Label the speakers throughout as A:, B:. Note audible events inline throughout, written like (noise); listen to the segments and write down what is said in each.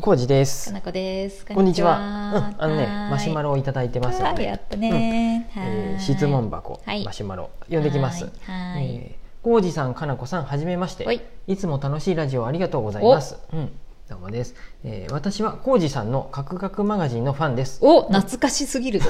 A: コウジで
B: か
A: す。
B: なこです。
A: こんにちは。うん、あのね、
B: はーい
A: マシュマロをいただいてますの
B: はい
A: で、
B: やったね、
A: うん
B: はーい
A: えー質問箱、
B: はい
A: マシュマロ呼んできます。
B: は
A: え
B: ーい
A: ーコウジさん、かなこさん、はじめまして
B: ほい。
A: いつも楽しいラジオありがとうございます。うん、どうもです。えー私はコウジさんのカクカクマガジンのファンです。
B: お、懐かしすぎるぞ。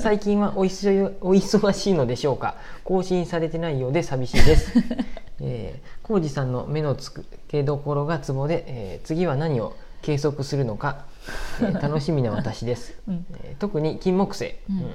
A: 最近はおいしお忙しいのでしょうか更新されてないようで寂しい
B: (laughs)
A: です、えー、浩二さんの目のつけどころがツボで、えー次は何を計測するのか、え
B: (laughs)
A: ー楽しみな私です、
B: うん
A: えー特に金木犀、
B: うん
A: うんうん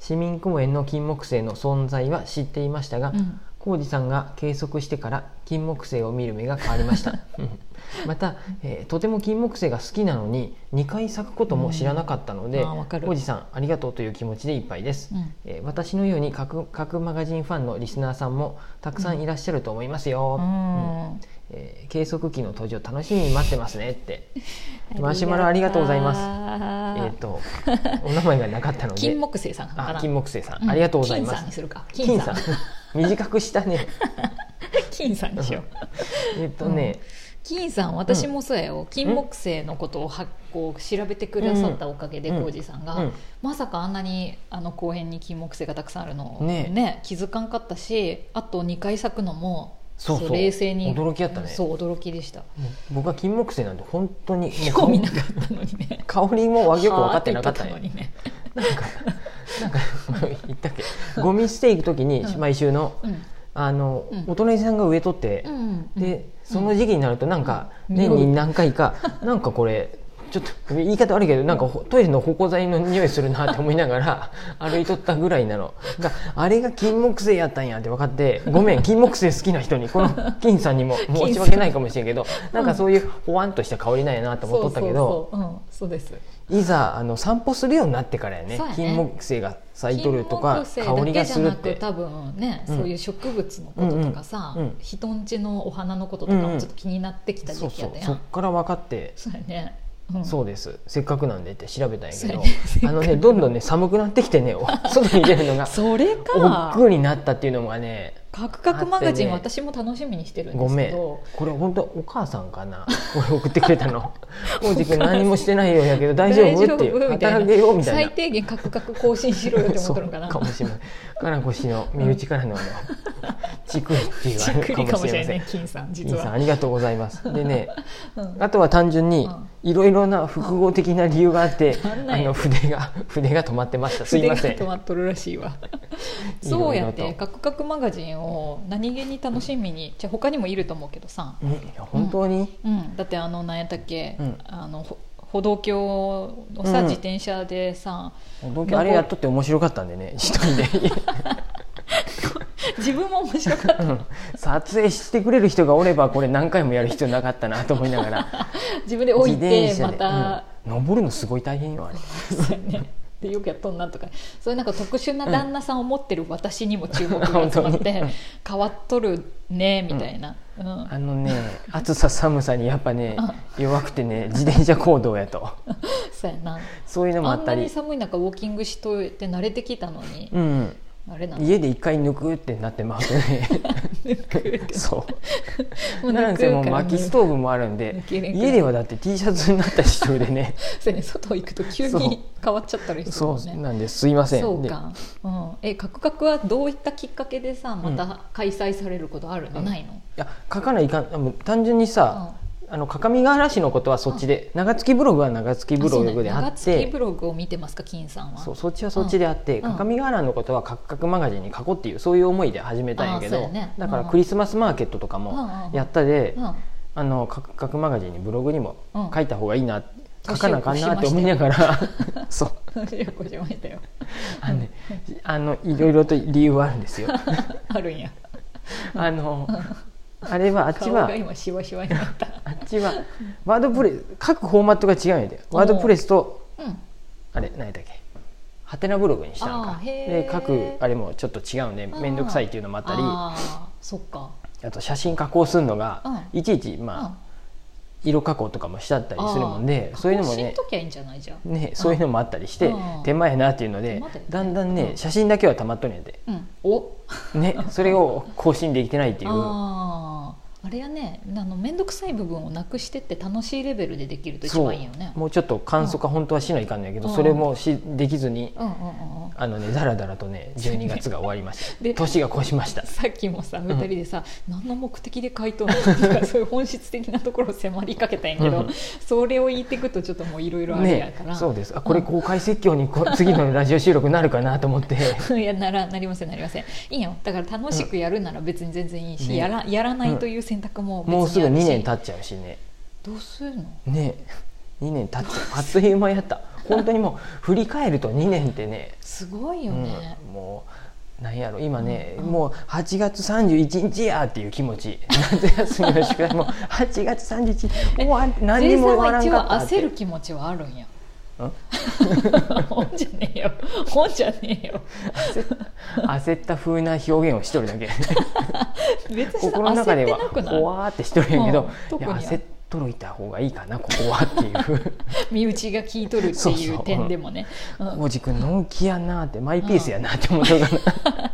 A: 市民公園の金木犀の存在は知っていましたが、
B: うん
A: 浩二さんが計測してから金木犀を見る目が変わりました
B: (laughs)
A: うんまた、えーとても金木犀が好きなのに2回咲くことも知らなかったので、
B: うんあーわかる
A: 浩二さんありがとうという気持ちでいっぱいです、
B: うん
A: えー私のように各各マガジンファンのリスナーさんもたくさんいらっしゃると思いますよ、 (laughs) うん
B: うん
A: えー計測器の登場楽しみに待ってますねってマシュマロありがとうございますえ
B: ありが
A: っ、
B: とう
A: とお名前がなかったので
B: 金木犀さんか
A: あ
B: な。
A: 金木犀さん、
B: うん
A: ありがとうござい
B: 金
A: ま
B: さんに
A: す
B: するか。
A: 金さん (laughs) 短くしたね
B: 金さんにしよう。
A: えっとね、
B: 金さん、私もそうやよ。金木犀のことを発行調べてくださったおかげで、
A: うん
B: 浩二さん
A: う
B: が
A: ん。
B: まさかあんなにあの公園に金木犀がたくさんあるのを
A: ね
B: ね気づかんかったしあと2回咲くのも
A: そうそう
B: 冷静に
A: 驚きやったね
B: そう驚きでした
A: 僕は金木犀なんて本当に
B: 聞こみなかったのにね
A: 香りもよく分かってなかった
B: (laughs) はー
A: ね
B: て言って
A: なんか (laughs) 言ったっけゴミ捨て行く時に
B: うん
A: 毎週の
B: たのにね
A: あの、
B: うん
A: お隣さんが植えとって
B: う、ん、うん、
A: でその時期になるとなんか
B: うん
A: 年に何回かなんかこれちょっと言い方悪いけどなんかほトイレの芳香剤の匂いするなって思いなが
B: (laughs)
A: ら歩いとったぐらいなのがあれが金木犀やったんやって分かってごめん金木犀好きな人にこの金さん
B: (laughs)
A: にも申し訳ないかもしれんけどなんかそういうほわんとした香りなんやなと思っとったけど
B: そうそうそう、うん、そうです
A: いざあの散歩するようになってからやね
B: そうやね
A: 金木犀が咲いとるとか
B: 金木犀
A: 香りがするっ
B: だけ
A: て
B: じゃなく多分ね、
A: うん
B: そういう植物のこととかさ、
A: うんうんうん
B: 人んちのお花のこととかもちょっと気になってきた
A: そ
B: 時
A: う
B: 期
A: そ
B: や
A: う
B: ったやん、
A: そっから分かって。
B: そうやね、うん、
A: そうですせっかくなんでって調べたんやけ
B: そうや
A: ど、
B: ね
A: (laughs) あのねどんどんね寒くなってきてねお (laughs) 外に出るのが
B: それか
A: 億劫になったっていうのがね
B: カクカクマガジン、
A: あって
B: 私も楽しみにしてるんで
A: ご
B: す
A: め
B: け
A: ん
B: ど
A: これ本当お母さんかな (laughs) これ送ってくれた
B: (laughs)
A: の王子君何もしてないようやけど大丈夫っていう
B: みたいな
A: 働けようみたいな
B: 最低限カクカク更新しろよって思
A: そ
B: っ
A: う
B: てるのかな
A: かもしれないかなこ氏の身内から (laughs) のあのちくりっていうあ
B: し (laughs) っく
A: れ
B: り
A: か
B: か
A: も
B: も
A: し
B: し
A: れ
B: れ
A: ま
B: な
A: せん
B: い金さん実
A: 金さん
B: は
A: ありがとうございますでね
B: うん
A: あとは単純に
B: うん
A: いろいろな複合的な理由があ
B: (laughs)
A: って、
B: なんな
A: あ
B: んや
A: の筆が (laughs) 筆が止まってました。すい
B: 筆
A: ま
B: が
A: せん
B: 止。まっとるらし
A: (laughs)
B: いわ
A: いろいろと
B: そうやってカクカクマガジンを何気に楽しみにじゃあ他にもいると思うけどさ、
A: うんいや本当に、
B: うん、だってあの何やったっけ、
A: うん
B: あのほ歩道橋をさ、
A: うん
B: 自転車でさ
A: 同居あれやっとって面白かったんでね、一人で。 (laughs)
B: 自分も面白かった
A: うん撮影してくれる人がおれば、これ何回もやる必要なかったなと思いながら。
B: 自分で (laughs) 置いてま
A: で、
B: た、
A: うん登るのすごい大変よ、あれ。
B: そうやねでよくやっとんなとかそういうなんか特殊な旦那さんを持ってる私にも
A: (laughs)
B: 注目が集まっ
A: うん本当に
B: て
A: うん
B: 変わっとるねみたいな、うん
A: あのね、暑さ寒さにやっぱね
B: あ、
A: 弱くてね、自転車行動やと。
B: そうやな
A: そういうのも
B: あ
A: あっ
B: ん
A: た
B: なに
A: り。
B: 寒い中ウォーキングしといて慣れてきたのに、
A: うん、
B: あれなの
A: 家で一回抜くってなってます
B: (laughs)
A: ね。
B: 抜く
A: そう。
B: もう
A: なん
B: 抜
A: せも
B: く
A: う
B: から
A: 薪ストーブもあるんで
B: (laughs) 抜けれんから
A: 家ではだって T シャツになったりしてるで
B: (laughs)
A: ね
B: そうやね外行くと急
A: そう
B: に変わっちゃったりする
A: そ
B: もん
A: う
B: ね
A: なんですすいません
B: そう
A: で
B: か、うん、えカクカクはどういったきっかけでさまた開催されることあるの、
A: うん
B: ないの、
A: いや書かないかんあもう単純にさ、あの各務原市のことはそっちで長月ブログは長月
B: うん
A: ブロ
B: あそう
A: グ
B: だ
A: で
B: よ
A: あ
B: 長
A: っ
B: 月
A: て
B: ブログを見てますか金さんは
A: そうそっちはそっちであって、
B: うん
A: 各務原のことは「カクカクマガジン」に書こうっていうそういう思いで始めたんやけ
B: あそ
A: ど
B: うやね
A: だから
B: うん
A: クリスマスマーケットとかもやったで、
B: うん
A: あのカクカクマガジンにブログにも
B: うん
A: 書いた方がいいな、
B: 年
A: 書か
B: を
A: なあかんなって思いなが
B: (laughs)
A: らそう
B: よくしましたよ。 (laughs)
A: あのねあのいろいろと理由はあるん
B: (laughs)
A: ですよ。
B: あるんや。
A: あのあれはあっち
B: 顔
A: は
B: が今シワシワにな
A: (laughs)
B: った。
A: あっちはワードプレス各フォーマットが違うんやでワードプレスと
B: うん。
A: あれ何だっけハテナブログにしたの
B: あ
A: か
B: ーへ
A: で
B: ー
A: 各あれもちょっと違うんで
B: あー
A: 面倒くさいっていうのもあったりあ
B: ああ、そっか。
A: と写真加工するのが
B: うん
A: いちいち
B: うん
A: まあ色加工とかもしちゃったりするもんで
B: あー
A: そういうのも
B: 更新
A: ね
B: しときゃいいんじゃないじゃん。
A: ねそういうのもあったりして
B: うん
A: 手間やなっていうの
B: 手
A: で
B: 間だよね
A: だんだんね
B: うん
A: 写真だけはたまっとるんやで
B: うん。お。
A: ねそれを更新できてないっていう
B: ああ。あれやねあの面倒くさい部分をなくしてって楽しいレベルでできると一番いいよね
A: もうちょっと簡素化本当はしないかんのやけど、
B: うん
A: それもしできずに、
B: うんうんうんうん
A: あのねだらだらとね12月が終わりまし
B: (laughs) で
A: た年が越しました
B: さっきもさ
A: ん
B: 2人でさ、何の目的で書いとんのと
A: (laughs)
B: かそういう本質的なところを迫りかけたんやけど、
A: うん
B: それを言ってくとちょっともういろいろあるや
A: ね
B: から、
A: そうですあこれ公開説教に
B: (laughs)
A: こ次のラジオ収録になるかなと思って
B: いやならなりませんなりませんいいよだから楽しくやるなら別に全然いいし、
A: ね
B: やらやらないという選択も別にあ
A: もう
B: るし
A: すぐ2年経っちゃうしね
B: どうするの
A: ね2年経っちゃうあっという間やった本当にもう振り返ると2年ってね
B: すごいよね、
A: うん、もうなんやろ今ね、
B: うん
A: もう8月31日やっていう気持ち夏休みの宿題も8月31日もうあ何に
B: 全
A: も
B: さ
A: 終
B: ん
A: わら
B: は
A: ん
B: 一
A: か
B: 応
A: ったって
B: 焦る気持ちはあるんや
A: うん
B: (laughs) 本じゃねえよ本じゃねえよ
A: 焦った風な表現をしとるだ
B: (laughs)
A: け
B: 別にそん
A: 心
B: な
A: の中で
B: 焦
A: は
B: って
A: ほ
B: なくない
A: わーってしとるんやけど
B: うん、特
A: い
B: に
A: や
B: は
A: 焦っとろいた方がいいかなここはっていう
B: (laughs) 身内が聞いとるって
A: そう
B: い
A: そうう
B: 点でもねうん
A: 王子くんのんきやなってマイペースやなって思ったから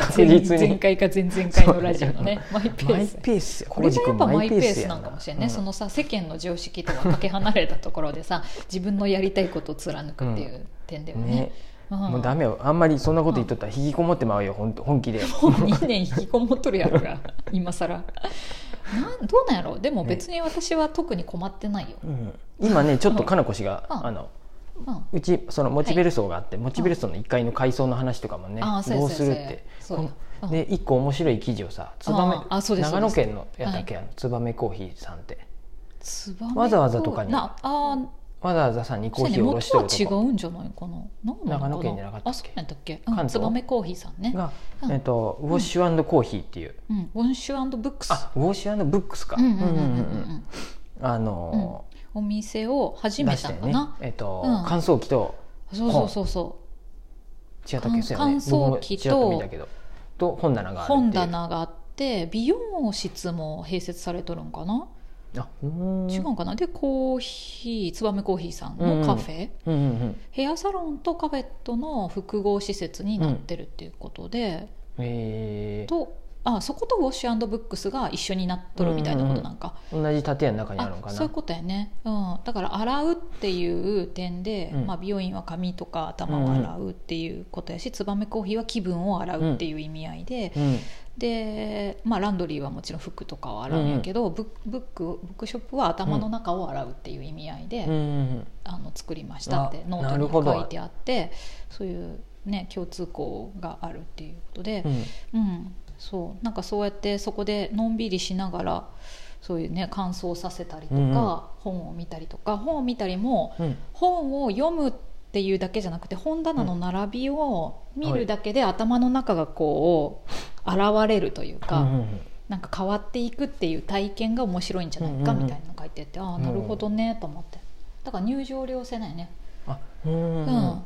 A: 確
B: 前
A: 実に
B: 前回か前々回のラジオのねマイペ
A: マ
B: ー
A: イ
B: ス
A: ペースや
B: これがやっぱ
A: 王子くん
B: マイペースなんかもしれない、
A: うん
B: そのさ世間の常識とはかけ離れたところでさ自分のやりたいことを貫くっていう点ではね
A: ね,、
B: うん、
A: もうダメよあんまりそんなこと言っとったら引きこもってまうよほんと本気
B: (laughs)
A: で
B: もう2年引きこもっとるやろが今更なんどうなんやろでも別に私は特に困ってないよ、
A: うん今ねちょっとかなこ氏が
B: うん
A: あの
B: ま
A: うちそのモチベル層があって、モチベル層の1階の階層の話とかもね
B: ああそうや
A: どうするっ
B: そうや
A: て
B: そうやそうや
A: こ
B: うん
A: んで1個面白い記事をさツバメ
B: あああそうです
A: 長野県の
B: そうです
A: やったっけ、あのツバメコーヒーさんって
B: あ、ツバメ
A: わざわざとかに
B: なあー
A: わざわざさんにコ
B: そ
A: ー
B: うね
A: ヒーをおろし
B: 元
A: と
B: は
A: る
B: 違
A: とこ
B: うんじゃないかななんなのか
A: 長野県じゃなかったっけ
B: あそうなんだっけ
A: 関東
B: つばめコーヒーさんね
A: が、
B: うん
A: えっと、ウォッシュコーヒーっていう、
B: うんウォンシュブックス
A: あウォッシュブックスか、
B: うんうんうんうん
A: う
B: う
A: んうんうん
B: ん
A: あの
B: お店を始
A: ー
B: め
A: 出したた
B: ん
A: よ
B: か
A: ね
B: な、
A: えっと
B: うん
A: 乾燥機と
B: そうそうそうそ
A: 違ったっけ
B: 乾乾燥機と
A: 僕もちらっ見たけどと本棚
B: う
A: があるっていう
B: 本棚があって美容室も併設されとるんかな、
A: あうーん
B: 違うんかなでコーヒーつばめコーヒーさんのカフェ、
A: うんうんうん
B: ヘアサロンとカフェとの複合施設になってるっていうことで、
A: えー、
B: とあそことウォッシュブックスが一緒になっとるみたいなことなんか、
A: 同じ建屋の中にあるのか
B: あ
A: な
B: そういうことやね、うん、だから洗うっていう点で、
A: うん
B: まあ、美容院は髪とか頭を洗うっていうことやし、ツバメコーヒーは気分を洗うっていう意味合いで、
A: うん
B: で、まあ、ランドリーはもちろん服とかを洗うんやけど、ブッブックブックショップは頭の中を洗うっていう意味合いで、
A: うんうん
B: あの作りましたって
A: あ
B: ノート
A: なる
B: に
A: ほど
B: 書いてあってそういう、ね、共通項があるっていうことで
A: う、ん
B: うん、そうなんかそうやってそこでのんびりしながらそういうね感想させたりと
A: う
B: か、
A: んうん
B: 本を見たりとか本を見たりも
A: うん
B: 本を読むっていうだけじゃなくて本棚の並びを見るだけで頭の中がこう現れるというか、
A: うんうん
B: なんか変わっていくっていう体験が面白いんじゃないか
A: うんうんうん
B: みたいなの書いてあって、ああなるほどねと思ってだから入場料せないね、
A: あうん
B: う
A: うんんうん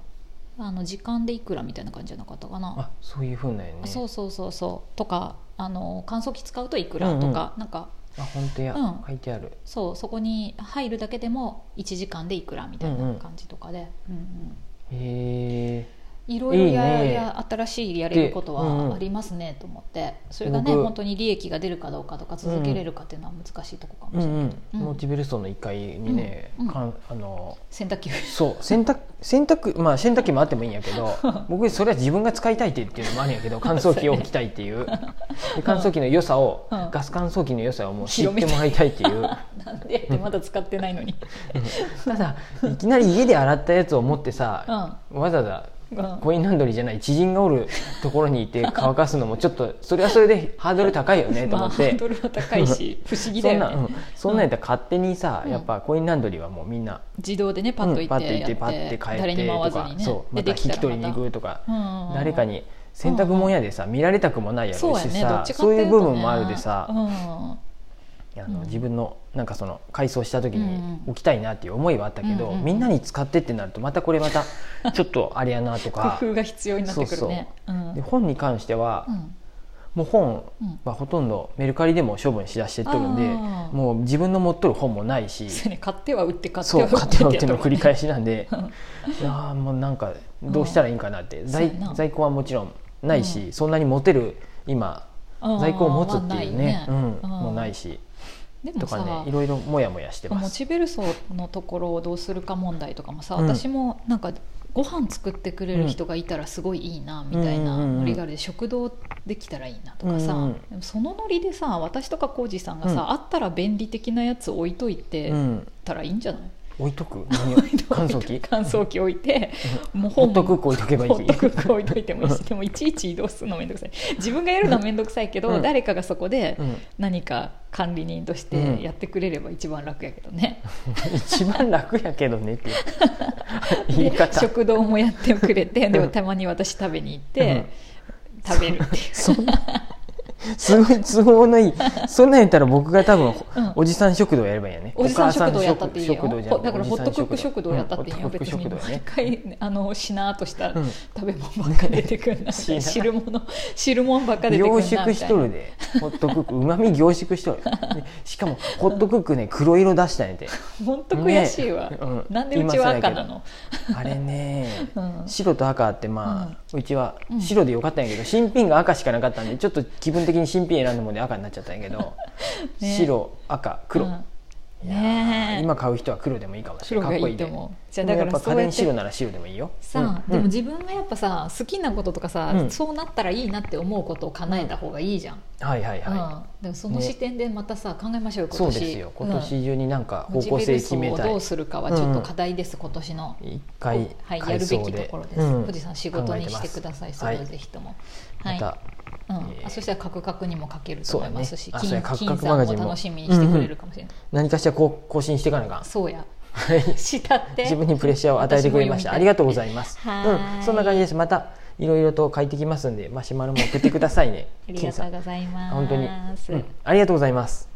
B: あの時間でいくらみたいな感じじゃなかったかな。
A: あそういうふうなんやね
B: あそうそうそうそうとかあの乾燥機使うといくらとか、なんか
A: あ本当や、
B: うん
A: 書いてある
B: そうそこに入るだけでも1時間でいくらみたいな感じとかで、うんうん
A: へえ
B: いろいろや
A: いいね
B: や新しいやれること
A: でうんう
B: は
A: ん
B: ありますねと思ってそれがね
A: 僕
B: 本当に利益が出るかどうかとか続けれるかっていうのは難しいとこか
A: う
B: もしれない、
A: ん
B: う
A: うんんモチベルソンの1階にね、
B: うんうん
A: かんあの
B: 洗濯機
A: そう洗濯洗濯まあ洗濯機もあってもいいんやけ
B: (laughs)
A: ど僕それは自分が使いたいっていうのもあるんやけど乾燥機を置きたいって
B: (laughs)
A: いうで乾燥機の良さを、
B: うん
A: ガス乾燥機の良さをもう知
B: 広
A: っ
B: め
A: て
B: たい
A: もらいたいっていう
B: なんでやってまだ使ってないのに、
A: (laughs) ただいきなり家で洗ったやつを持って
B: う
A: さ、
B: ん
A: わざわ
B: うん
A: ざコインランドリーじゃない知人がおるところにい
B: (laughs)
A: て乾かすのもちょっとそれはそれでハードル高いよねと思
B: まあ
A: っ
B: ハ
A: て、
B: ードルは高いし不思議だ
A: そん
B: よ
A: な、
B: ね、
A: うんそんなんやったら勝手にさ、
B: うん
A: やっぱコインランドリーはもうみんな、
B: 自動でねパッと
A: うん
B: 行
A: パ
B: っ
A: ッと
B: て
A: 行っ
B: やってて,、
A: パッて帰
B: 誰
A: っ
B: に
A: て
B: 回
A: と
B: わず
A: か
B: にね
A: そうま
B: で
A: た引
B: でき
A: き
B: たら
A: 取りに行
B: ま
A: くとか、
B: たうんうんうん
A: 誰かに洗濯物やでさ見られたくもないや
B: そ
A: ろ
B: うや
A: し
B: ねど
A: さ
B: っちか
A: そういう
B: と
A: 部
B: とね
A: 分もあるでさ、
B: うん
A: あ
B: うん
A: の自分のなんかその改装した時
B: うん
A: に
B: うん
A: 置きたいなっていう思いはあったけど、
B: うんうんうん
A: みんなに使ってってなるとまたこれまた
B: (laughs)
A: ちょっとあれやなとか
B: 工夫が必要になってくるねうん
A: で本に関しては、
B: うん
A: もう本
B: うん
A: はほとんどメルカリでも処分しだしてっとるんで
B: あー
A: もう自分の持っとる本もないし
B: そうね買っては売って買って
A: そ
B: は
A: う買っては売
B: 売っ
A: ってて
B: や
A: の
B: っ
A: 繰
B: たもん
A: り
B: ね
A: 返しなんで。
B: うん
A: ああもうなんかどうしたらいいんかなって、
B: ん
A: 在
B: そうやな
A: 在庫はもちろんないし、そんなに持てる今
B: あー
A: 在庫を持つっていうね,、
B: まあないね
A: うん、
B: うん
A: もうないし
B: で
A: と
B: も
A: か
B: さ
A: ねいろいろモヤモヤしてま
B: モ
A: す
B: チベル層のところをどうするか問題とかもさ、
A: うん
B: 私もなんかご飯作ってくれる人がいたらすごいいいなみたいな
A: うんうんうんうん
B: ノリがあるで食堂できたらいいなとかさ、
A: うんうん
B: でもそのノリでさ私とか浩二さんがさ、
A: うん
B: あったら便利的なやつ置いといて
A: うん、
B: たらいいんじゃ (laughs) ない、
A: 置いとく何を乾燥機
B: 乾燥機置いてもう
A: ホットク
B: も
A: ック置いとけばいい
B: ホットクック置いといてもいいしでもいちいち移動するのめんどくさい自分がやるのはめんどくさいけど、
A: うん
B: 誰かがそこで
A: うん、
B: 何か管理人としてやってくれれば一番楽やけどね、
A: (laughs) 一番楽やけどね
B: (laughs)
A: っていう言い
B: で
A: 方
B: 食堂もやってくれてで
A: うん
B: たまに私食べに行って、食べるっていう
A: そんなすごい都合のいいそんなんやったら僕が多分、
B: うん
A: おじさん食堂やればいいんやね
B: (laughs) おじさん
A: お母
B: 食堂やったっていいよ
A: 食堂じゃな
B: ほだから
A: お
B: ホ
A: じ
B: ッ
A: さん
B: トクック食堂やったっていいよ、
A: うんホットクック
B: 別
A: 食
B: に
A: 堂や
B: 毎
A: ね
B: 回あのしなーっとした
A: うん
B: 食べ物ばっか出てくる
A: (laughs)
B: な、
A: しな
B: 汁物汁物ばっか出てくるな
A: 凝
B: みたいな
A: 縮しとるでホットクックうまみ凝縮しとる
B: (laughs)
A: でしかもホットクックね黒色出したんやて
B: 本当悔しいわ、
A: ねうん
B: なんでうちは赤なの、
A: あれね
B: (laughs) うん
A: 白と赤あってまあ、うちは白でよかったんやけど新品が赤しかなかったんでちょっと気分的に新品選んだもんで赤になっちゃったんやけど、
B: (laughs) ね
A: 白赤黒、
B: うん
A: いやー
B: ねえ
A: 今買う人は黒でもいいかもしれ
B: 白
A: ないかっ
B: が
A: こ
B: い
A: い
B: い
A: いで
B: と思うじ
A: じゃ
B: ゃ
A: だ
B: あだ
A: か
B: からら
A: 家
B: そう
A: 電白
B: やって
A: なら白でもいいよ
B: さあ、
A: うん
B: で
A: う
B: も
A: ん
B: 自分がやっぱさ好きなこととかさ、
A: うん
B: そうなったらいいなって思うことを叶えた方がいいじゃん、
A: はいはいは
B: うん、でもその
A: ね
B: 視点でまたさ、考えましょうよ
A: い
B: 今
A: そう
B: 年
A: ですよ今年中になんか
B: うん
A: 方向性決め
B: モ
A: た
B: チベル層をど
A: いう
B: するかはちょっと課題です、今年の
A: 一回
B: はい、や
A: 改
B: るべ
A: 装
B: きと
A: で
B: ころです、
A: うん
B: 富士山仕事にしてくださいそ
A: 考え
B: れ
A: てま
B: は
A: す
B: ぜひとも、
A: は
B: はいい
A: また
B: うん
A: えー
B: あそしたらカクカクにも書けると思いますし、
A: そうだねあ
B: 金
A: そうや
B: 金
A: カクカク
B: さ
A: マ
B: ん
A: ガ
B: も
A: ジンも
B: 楽しみにしてくれるかもしれない、
A: 何かしらこう更新していかなあかん
B: そうや (laughs)
A: はい
B: したって
A: 自分にプレッシャーを与えてくれました
B: 私も読みたい
A: ありがとうございます
B: はーい
A: うん、そんな感じですまたいろいろと書いてきますんでマシュマロも送ってくださいね
B: ありがとうございます
A: 本当に、うん、ありがとうございます